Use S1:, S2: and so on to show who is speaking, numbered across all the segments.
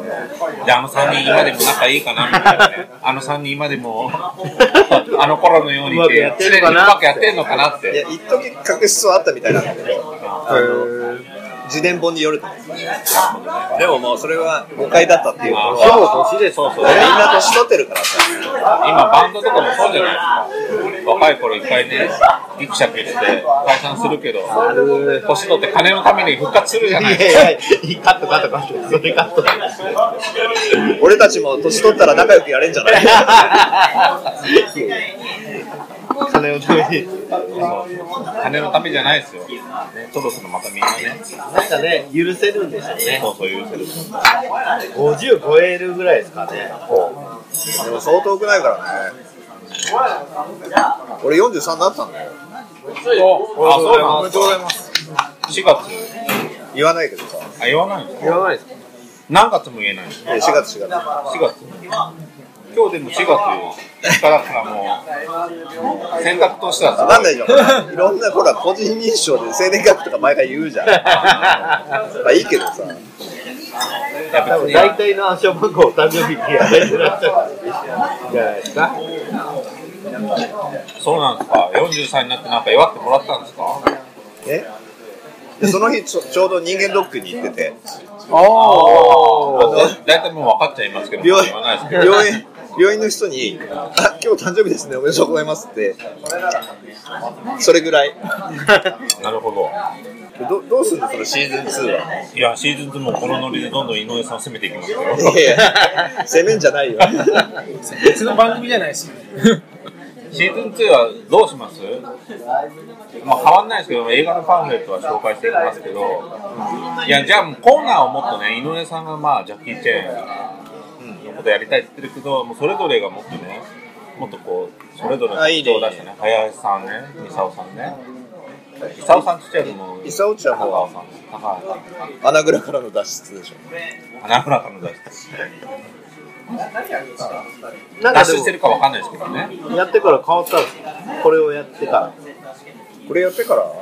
S1: で、あの3人今でも仲いいかなみたいなね、あの3人今でも、 あの頃のように
S2: うまくやってんの
S1: 常に
S2: か
S1: う
S2: な
S1: まくやってんのかなっ
S3: い
S1: て。
S3: や一時確執はあったみたいなんだけどあの自伝本によるとでももうそれは誤解だったっていうことは
S1: 今日年でそうそう。
S3: みんな年取ってるからさ
S1: 今バンドとかもそうじゃないですか。若い頃一回ね、ギクシャクして解散するけど、年取って金のために復活するじゃないですか。
S2: いやカットカットカットそれカット
S3: 俺たちも年取ったら仲良くやれんじゃない
S2: 金をために
S1: 金のためじゃないですよ。ね、そろそろまたみんなね、
S2: なんかね許せるんでしょうね
S1: そうそう許せると思う。
S2: 50超えるぐらいですかね
S3: でも相当くないからね俺43になったんだよ
S1: あ、そうなんですか。
S3: います
S1: 4月、
S3: 言わないけどさ
S1: あ、言わないんですか
S2: やばいです
S1: 何月も言えないんです
S3: 4月4月
S1: 4月今日でも4月5日だからもう選択としては
S3: なんないじゃんいろんなほら個人認証で生年月日とか毎回言うじゃんまあいいけどさ
S1: や
S2: 多分大体の暗証番号お誕生日にやられてらっしゃるんじゃないですか
S1: そうなんですか43になってなんか祝ってもらったんですか
S3: えでその日ちょちょうど人間ドックに行ってて
S1: まあ大体もう分かっちゃいますけど言
S3: 病
S1: わ
S3: 院
S1: ないですけど
S3: 病院病院の人にあ「今日誕生日ですねおめでとうございます」ってそれぐらい
S1: なるほど
S3: どどうすんのそのシーズン2はい
S1: やシーズン2もこのノリでどんどん井上さん攻めていきますよ
S3: いやいや攻めんじゃないよ
S4: 別の番組じゃないですよね。
S1: シーズン2はどうしますまあ変わんないですけど映画のパンフレットは紹介していきますけどいやじゃあもうコーナーをもっとね井上さんがまあジャッキー・チェーンのことやりたいって言ってるけどもうそれぞれがもっとねもっとこうそれぞれの
S3: あいいね
S1: 人を出してね林さんね三沢さんね三沢さんちっちゃいのも
S3: 伊沢ちゃん
S1: 高
S3: も
S1: 尾さん高橋
S3: 穴蔵からの脱出でしょ
S1: 花村さんの出して
S2: なんか
S1: 脱出して
S2: で
S1: るかわかんないですけどね
S2: もやってから変わったんですよこれをやってから
S3: これやってからだか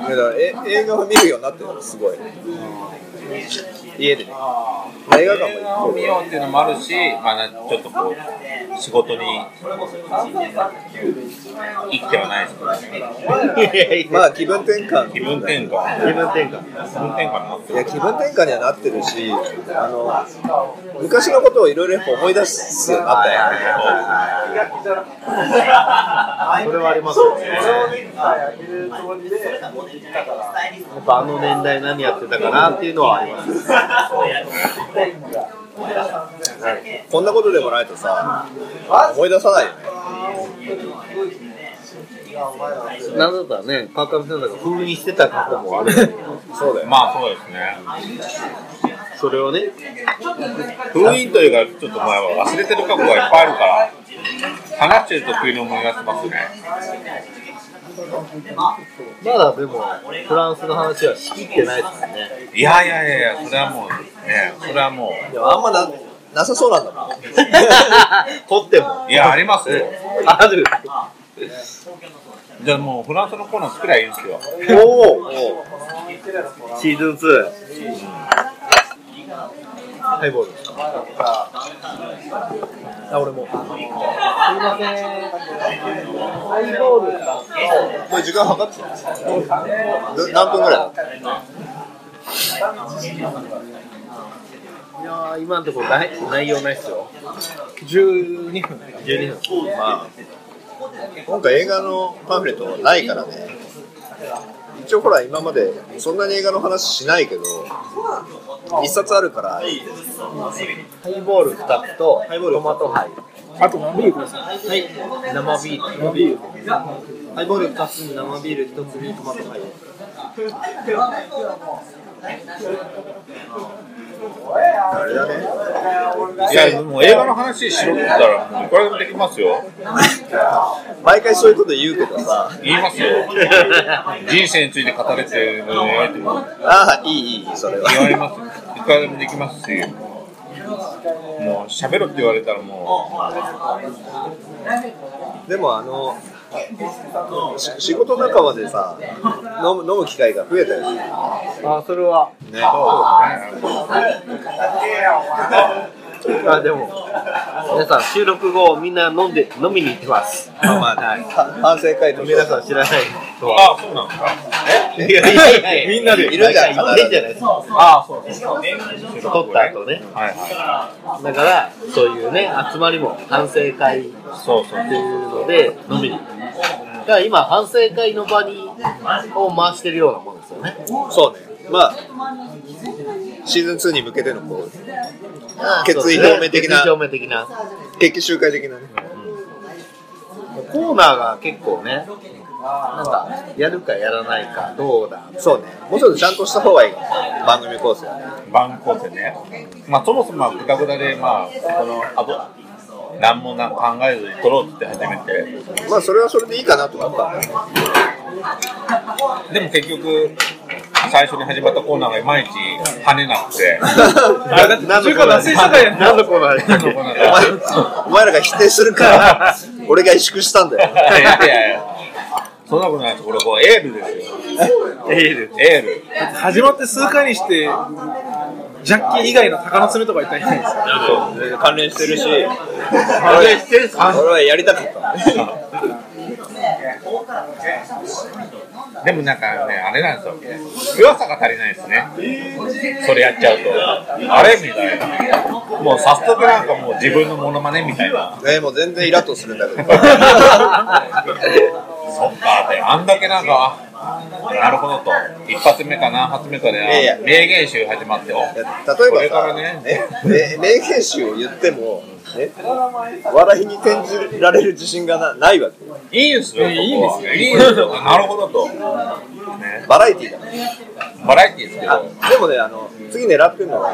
S3: らえ映画を見るようになってるすごい家でねまあ映画館も行
S1: を見ようっていうのもあるし、まあ、なちょっとこう仕事に生きてはないですけど、
S3: くまあ気分転換
S1: 気分転換、気
S2: 気分転換。
S1: 分転換になって
S3: いや気分転換にはなってるしあの昔のことをいろいろやっぱ思い出すようになったよね
S2: それはありますよね。やっぱあの年代何やってたかなっていうのはありますよね。
S3: こんなことでもないとさ思い出さないよね
S2: なんだったらね、川上さんだから封印してた過去もある。
S3: そうだよ
S1: まあそうですね
S2: それをね、
S1: 封印というかちょっと前は忘れてる過去がいっぱいあるから話してると不意に思い出しますね
S2: まだでも、フランスの話はしきってないですもんね。
S1: いやいやいやいやそれはもうねそれはも
S3: いやあんまななさそうなんだもん
S2: 取っても。
S1: ういやありますよ
S2: ある。
S1: じゃあもうフランスのコーナー作りゃいいんですよ
S2: おおシーズン2。ハイボール。
S3: あ俺もうもう時間計ってたど何分ぐらいだった
S2: いやー、今のところない内容ないっすよ。
S4: 12分
S2: 12分。まあ、
S3: 今回映画のパンフレットないからね一応ほら今までそんなに映画の話しないけど一冊あるから
S2: ハイボール2つと、ハイボールトマトハイ。
S4: あと何ビールください
S2: はい、生ビール。生ビール。ハイボール2つに生ビール1つにトマトハイ。
S3: あれだね
S1: いやもう映画の話しろって言ったらもういくらでもできますよ
S3: 毎回そういうこと言うけどさ
S1: 言いますよ人生について語れてるのやっても
S3: ああいいいいそれは
S1: 言われますいくらでもできますしもう喋ろって言われたらも
S3: でもあのし仕事仲間でさ飲む飲む機会が増えたよね
S2: あ、それは。
S3: ね
S2: あでも皆さん収録後みんな飲んで飲みに行ってます。
S3: まあまあ
S2: はい
S3: 反省会と
S2: 皆さん知らないと
S1: う
S2: は。
S1: ああそうなんですか
S2: いやいやいやみんなで
S3: いるじゃん
S2: いるじゃないですか。
S1: ああそうそう
S2: 撮った後ね。
S1: はいは
S2: だからそういうね集まりも反省会っていう
S1: いそうそう
S2: ので飲みに。だから今反省会の場にを回してるようなもんですよね。
S3: そうねまあシーズン2に向けてのこう決意表明的な
S2: 決意表明的な。
S3: 決起集会的なね
S2: コーナーが結構ね、なんか、やるかやらないか、どうだ、
S3: そうねもうちょっとちゃんとした方がいい番組構成
S1: 番号でねまあそもそもまあグダグダでまあこのあと何もなんか考えずに撮ろうって言って初めて
S3: まあそれはそれでいいかなとは思ったんだけ
S1: で
S3: ど
S1: も結局最初に始まったコーナーがいまいち跳ねなくて
S4: あだって
S2: 何の
S4: 中
S2: コ
S4: 華
S2: ーナ
S4: 脱
S2: ーで
S4: 線したからやん
S2: 何のコーナーでしたっ
S1: コーナー
S2: け
S1: で
S3: お前お前らが否定するから俺が萎縮したんだよ
S1: いやいやいやそんなことないですこれこうエールですよ
S2: エール。
S1: エール
S4: 始まって数回にしてジャッキー以外の鷹の爪とかいったらいないですよ
S3: 関連してるし俺
S2: 反省してるんすか
S3: はやりたかった
S1: でもなんかね、あれなんですよ、弱さが足りないですね、それやっちゃうと、あれみたいな、もう早速なんかもう自分のモノマネみたいな、
S3: えもう全然イラッとするんだけど
S1: そっかって、あんだけなんか、あなるほどと、一発目か何発目かで、
S3: いやいや
S1: 名言集始まって、お
S3: いや
S1: こ
S3: 例え
S1: れか
S3: ば
S1: ら
S3: さ、
S1: ね
S3: えめ名言集を言っても、ね、笑いに転じられる自信がなないわけよ
S1: いいんすよ、ここは、いいんすよ、なるほどと、ね、
S3: バラエティーだね
S1: バラエティーですけど、
S3: でもねあの次狙ってるのはあ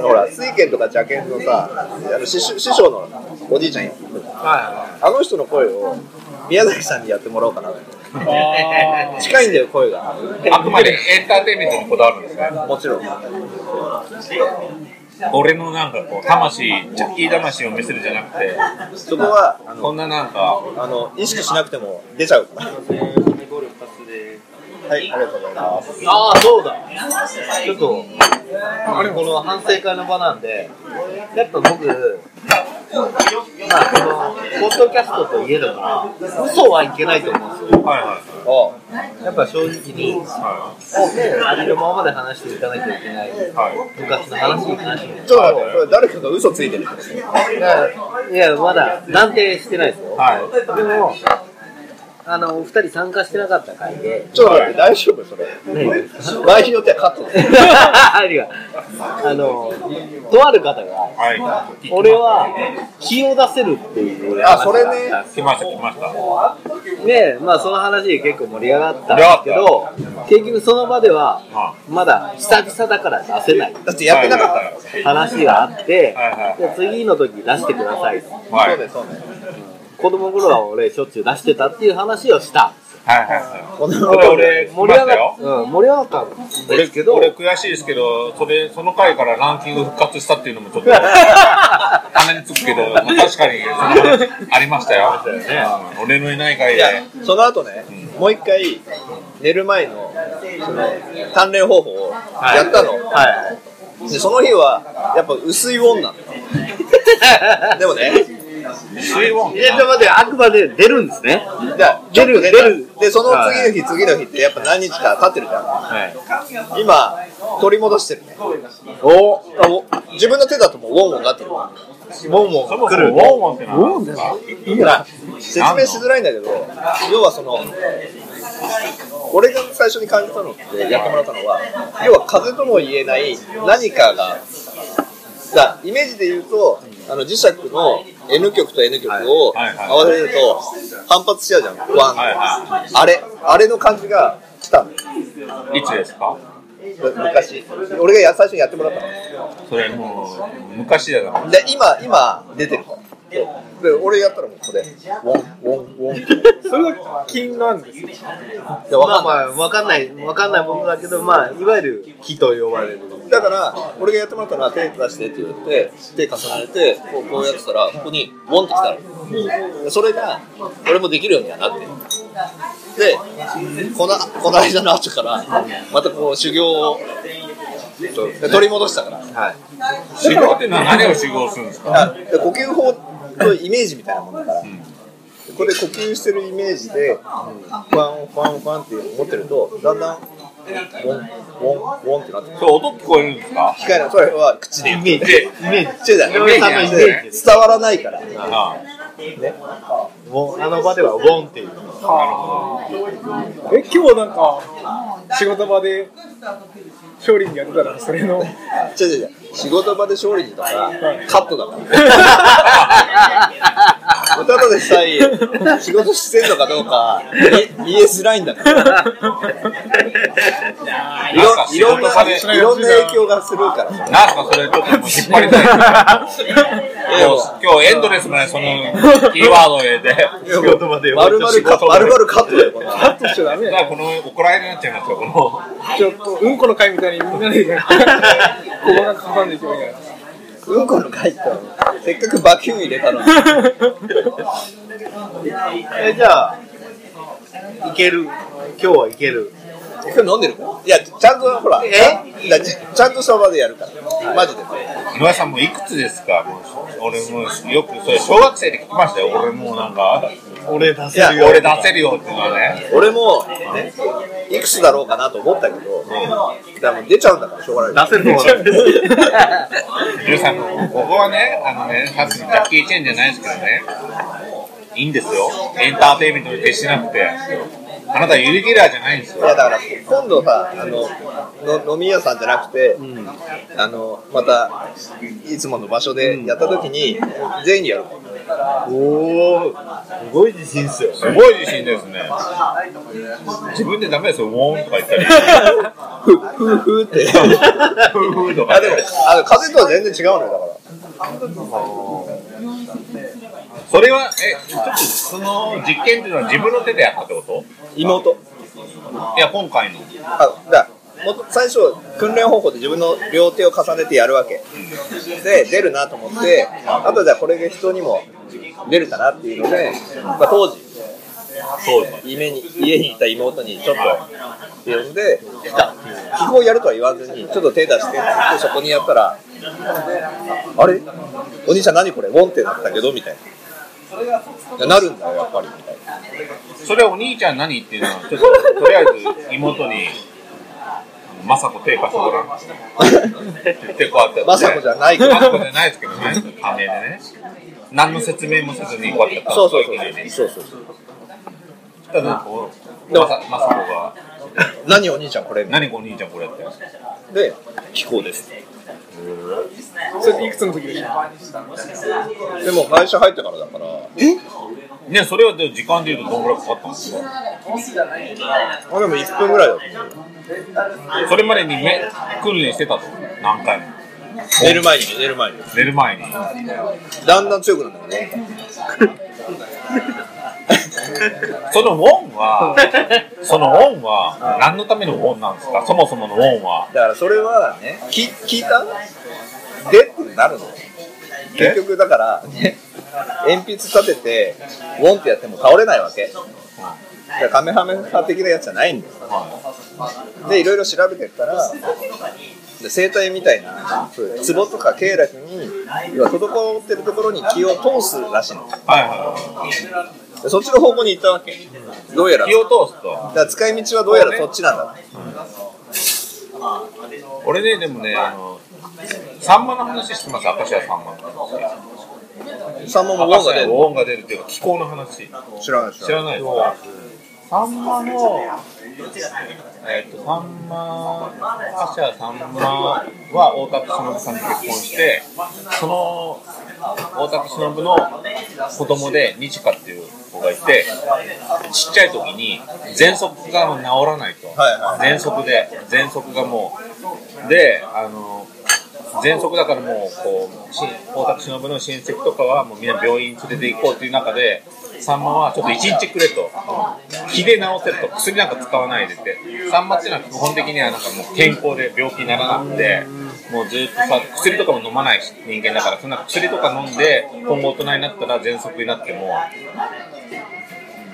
S3: のほら水拳とか邪剣のさあの師匠師匠のおじいちゃんいる あの人の声を宮崎さんにやってもらおうかな近いんだよ声 が
S1: あくまでエンターテインメントにこだわるんですね。
S3: もちろん
S1: 俺のなんかこう魂、ジャッキー魂を見せるじゃなくて、
S3: そこはあ
S1: そ
S3: の
S1: んななんか
S3: あの意識しなくても出ちゃうからはい、ありがとうございます。
S2: ああ、そうだ。ちょっと、この反省会の場なんで、やっぱ僕、まあ、この、ポッドキャストといえども、嘘はいけないと思うんですよ。
S1: はいはい。
S2: やっぱ正直に、ありのままで話していかなきゃいけない。
S1: は
S2: 昔の話に関して。
S3: ちょっと待って、それ誰かが嘘ついてる。
S2: だからいや、まだ断定してないですよ。
S1: はい
S2: でも、あの、お二人参加してなかった回で、
S3: ちょっと待って、大丈夫それ。
S2: ね、
S3: 場合によっては勝つ。
S2: あるいはあの、とある方が、
S1: い。はい。
S2: 俺は気を出せるっていう。
S3: あ、それね。
S1: 来ました来ました。
S2: ねまあその話で結構盛り上がったんですけど、結局その場では、まだ久々だから出せない
S3: だってやってなかった
S1: はい
S3: か
S2: 話があって
S1: はいはい、
S2: で次の時出してください。
S3: ら。
S1: はい
S3: そう。です、そうです。
S2: 子供頃は俺しょっちゅう出してたっていう話をした。
S1: はいはい。
S3: この
S1: これ俺、来
S2: 盛
S1: まし
S2: り上
S1: た
S2: が
S1: よ
S2: っ。うん、盛り上がったんですけど、
S1: 俺悔しいですけど、それ、その回からランキング復活したっていうのもちょっと、鼻につくけど、まあ確かに、そのありましたよ。うん俺のいない回
S3: い
S1: で。
S3: や、その後ね、もう一回、寝る前の、その、鍛錬方法をやったの。
S2: はい。
S3: で、その日は、やっぱ薄いウォンなの。 でもね、
S1: 水温
S2: いや、ちょっと待って、あくまで出るんですね。
S3: じゃあ
S2: 出る
S3: ちょっと
S2: 出る
S3: で、その次の日、次の日って、やっぱ何日か経ってるじゃ
S2: はい。
S3: ん。今、取り戻してるね。
S2: お
S3: あお自分の手だともうウォンウォンなってる。
S2: もうも
S1: そもそもウォンウォンってなんですか
S3: いいな説明しづらいんだけど、要はその、俺が最初に感じたのって、やってもらったのは、要は風とも言えない何かが、だイメージで言うと、あの磁石の N 極と N 極を
S1: はいはいはい
S3: 合わせると、反発しちゃうじゃん、ワン、
S1: はいは
S3: あれ、あれの感じが来たの、
S1: いつですか
S3: 昔、俺がや最初にやってもらったの。
S1: それもう、昔じゃなくて。
S3: で、今、今、出てるから。で、俺やったらもうこれ、ウォン、ウォン、ウォン って。
S4: それが金なんですよ
S3: でわ
S2: ま
S3: か
S2: あ
S3: ん
S2: ま
S3: ない
S2: あ、わかんない、わかんないものだけど、まあ、いわゆる木と呼ばれる。
S3: だから、俺がやってもらったのは手出してって言って、手重ねて、こうこうやってたら、ここに、ボンってきたの。それが、俺もできるようにはなってる。で、この、この間の後から、またこう、修行を、で取り戻したから。
S2: はい。
S1: 修行っていうのは何を修行するんですか
S3: あで呼吸法のイメージみたいなもんだから、ここで呼吸してるイメージで、ファンファンファンって持ってると、だんだん、ボン、ボン、ボンってなってくる。
S1: それ音聞こえるんですか
S3: 機械の、それは口で言う。
S2: イメージ。イメージ。
S3: 違う違う
S2: 嫁さんのイメージです。
S3: 伝わらないから。
S1: あ
S2: ウォンあの場ではウォンってい
S4: え
S2: う。
S4: 今日なんか仕事場で勝利にやってたらそれの
S3: 違う違う違う仕事場で勝利にとかカット だからただでさえ仕事してんのかどうか言え言えづらいんだか
S1: あ。
S3: らい
S1: なん
S3: ろ
S1: か
S3: い
S1: 仕
S3: ろん
S1: 事場
S3: な
S1: で、
S3: いろんな影響がするからさ
S1: なんすかそれちょっともう引っ張りたいですね。今日今日エンドレスまでそのキーワードを入れて。
S2: 仕事まで
S3: 丸々カット丸々カットだよこんなの
S4: カットしちゃダメ
S1: だ
S4: だよ
S1: からこの怒られるようになっちゃいますよ、この。
S4: ちょっとうんこの会みたいにみんなでここなんか挟んでいけばいいんじゃない
S3: うんこの回ってせっかくバキュン入れたのに
S2: え、じゃあ、いける。今日はいける。
S3: 今日飲んでるからいやちゃんとほら
S2: え
S3: だちちゃんとその場でやるからマジで
S1: 岩井さんもういくつですかもう俺もうよく、それ小学生で聞きましたよ。俺もうなんか、
S2: 俺出
S3: いや
S1: 俺出せるよっていうのはね。
S3: 俺も、ね、いくつだろうかなと思ったけど、でも出ちゃうんだからしょうがない。
S2: 出せる方なん です。
S1: ゆうさん、ここはね、あのね、多分ジャッキー・チェンじゃないですけどね、いいんですよ。エンターテインメントに徹しなくて。あなたユーギラーじゃないんです
S3: い
S1: よ。
S3: やだから今度さあのの飲み屋さんじゃなくて、あのまたいつもの場所でやった時に、全員にや る
S2: おお、すごい自信っすよ。
S1: すごい自信ですね。自分でダメですよ。ウォーンとか言 ったり。
S3: ふふふっ て
S1: フーフーと
S3: あ
S1: か
S3: で
S1: ね
S3: もあの風とは全然違うのよだから
S1: それは、え、ちょっとその実験っていうのは自分の手でやったってこと
S3: 妹
S1: いや、今回の。
S3: あだからもっと最初訓練方法で自分の両手を重ねてやるわけで出るなと思ってあとじゃあこれが人にも出るかなっていうので、まあ、当時
S1: 当時。
S3: 家に家にいた妹にちょっと呼んで、来たっていう基本やるとは言わずに、ちょっと手出して、でそこにやったら、あれ、お兄ちゃん、何これ、ウォンってなったけどみたいな、いやなるんだよ、やっぱりみたいな。
S1: それお兄ちゃん何言っていうのはちょっととりあえず妹に「雅子手貸してごらん」って言ってこうやってやって
S3: 雅子じゃないけど
S1: 雅子じゃないですけどね仮名でね何の説明もせずにこうやって
S3: そうそうそう
S1: やって
S3: そうそうそう
S1: ただなんかこう雅雅子が
S3: 何お兄ちゃんこれ
S1: 「何このお兄ちゃんこれ」って
S3: で気候です
S4: それっていくつの時でした
S3: でも会社入ってからだから
S1: ねそれはで時間でいうとどんぐらいかかったんですか
S3: あでも1分ぐらいだった
S1: それまでにめ訓練してたと何回も
S3: 寝る前に寝る前に
S1: 寝る前に
S3: だんだん強くなるんだよね
S1: そのウォンはそのウォンは何のためのウォンなんですかそもそものウォンは
S3: だからそれはね聞聞いたでってなるの結局だから、ね、鉛筆立ててウォンってやっても倒れないわけだからカメハメハ的なやつじゃないんだよでいろいろ調べてったらで生体みたいなツボとか経絡に要は滞ってるところに気を通すらしいの
S1: はいは
S3: でそっちの方向に行ったわけどうやら
S1: い。気
S3: だ
S1: を通すと。
S3: から使い道はどうやらそっちなんだ
S1: 俺ね、でもね、あの、サンマの話してます、明石家さんまの。
S3: 三門もウォンが
S1: 明石家
S3: 出る
S1: の
S3: の
S1: 音が出るっていうか、気候の話。
S3: 知らない知
S1: 知らないですかサンマの、えっと、サンマ、明石家さんまは大田区忍さんと結婚して、その大田区忍の子供で、ニチカっていう子がいて、ちっちゃい時に、喘息が治らないと。
S3: はいはい
S1: 喘息で喘息がもうであの喘息だからもうこうし大田区忍の親戚とかはもうみんな病院連れて行こうという中でさんまはちょっと一日くれと気で治せると薬なんか使わないでってさんまっていうのは基本的にはなんかもう健康で病気にならなくてもうずっとさ薬とかも飲まない人間だからそんな薬とか飲んで今後大人になったら喘息になっても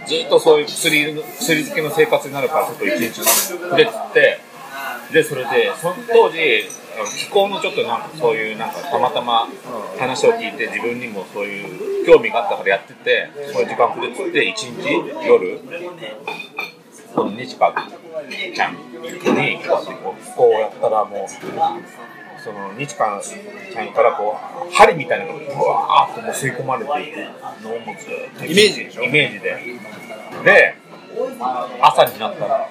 S1: ずっとそういう薬の薬漬けの生活になるからちょっと一日くれっつってでそれでその当時あの気候のちょっとなんかそういうなんかたまたま話を聞いて自分にもそういう興味があったからやっててそういう時間くれっつって一日夜この西川ちゃんにこうこうやったらもう。その日韓ちゃんからこう針みたいなのがうわーっともう吸い込まれていくのをずっとイメージでしょイメージでで朝になったら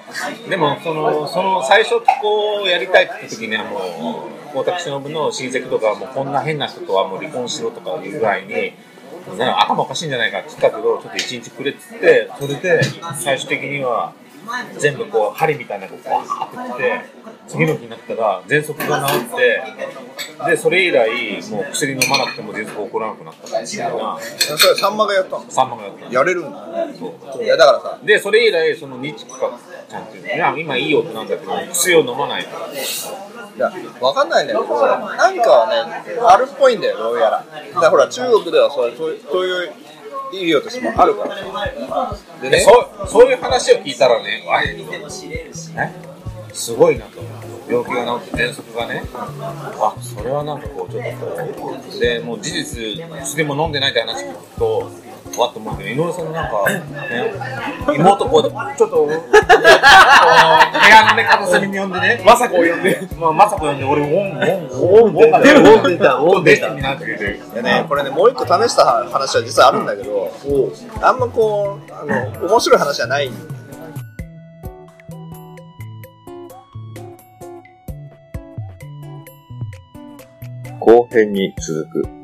S1: でもそのその最初気候をやりたいって言った時にはもう大竹しのぶの親戚とかはもうこんな変な人とはもう離婚しろとかいうぐらいに。なんか頭おかしいんじゃないかって言ったけど、ちょっと一日くれって言って、それで最終的には全部こう針みたいなのがバーってきて次の日になったら喘息が治ってでそれ以来もう薬飲まなくても喘息起こらなくなったみたいな
S3: それサンマがやったの
S1: サンマがやった
S3: やれるんだいやだからさ
S1: でそれ以来その日かちゃんっていうのは今いい音なんだけど薬を飲まないから
S3: いやわかんないんだけどなんかはねあるっぽいんだよどうやらだからほら中国ではそうそういうそういう医療としてもあるからで
S1: で
S3: ね
S1: そうそういう話を聞いたらねあれねすごいなと病気が治って喘息がねあそれはなんかこうちょっとこうでもう事実薬も飲んでないって話聞くとわっと思うけど井上さんのなんか、ね、妹こうちょっとこう部屋のね片隅に呼んでね
S4: まさかを呼んで。
S1: まあ、まさこ呼んで俺ウォンウォンウォンが
S3: ウォン出
S1: たウォン出たになってて
S3: でねこれねもう一個試した話は実はあるんだけどあんまこうあの面白い話じゃない
S5: 後編に続く。